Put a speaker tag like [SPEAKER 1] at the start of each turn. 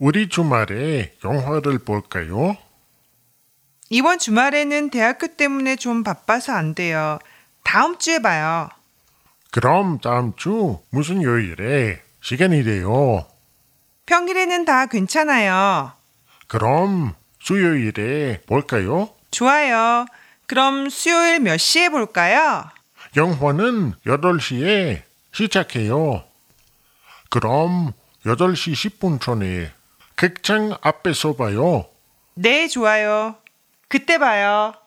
[SPEAKER 1] 우리 주말에 영화를 볼까요?
[SPEAKER 2] 이번 주말에는 대학교 때문에 좀 바빠서 안 돼요. 다음 주에 봐요.
[SPEAKER 1] 그럼 다음 주 무슨 요일에 시간이 돼요?
[SPEAKER 2] 평일에는 다 괜찮아요.
[SPEAKER 1] 그럼 수요일에 볼까요?
[SPEAKER 2] 좋아요. 그럼 수요일 몇 시에 볼까요?
[SPEAKER 1] 영화는 8시에 시작해요. 그럼 8시 10분 전에 극장 앞에서 봐요.
[SPEAKER 2] 네, 좋아요. 그때 봐요.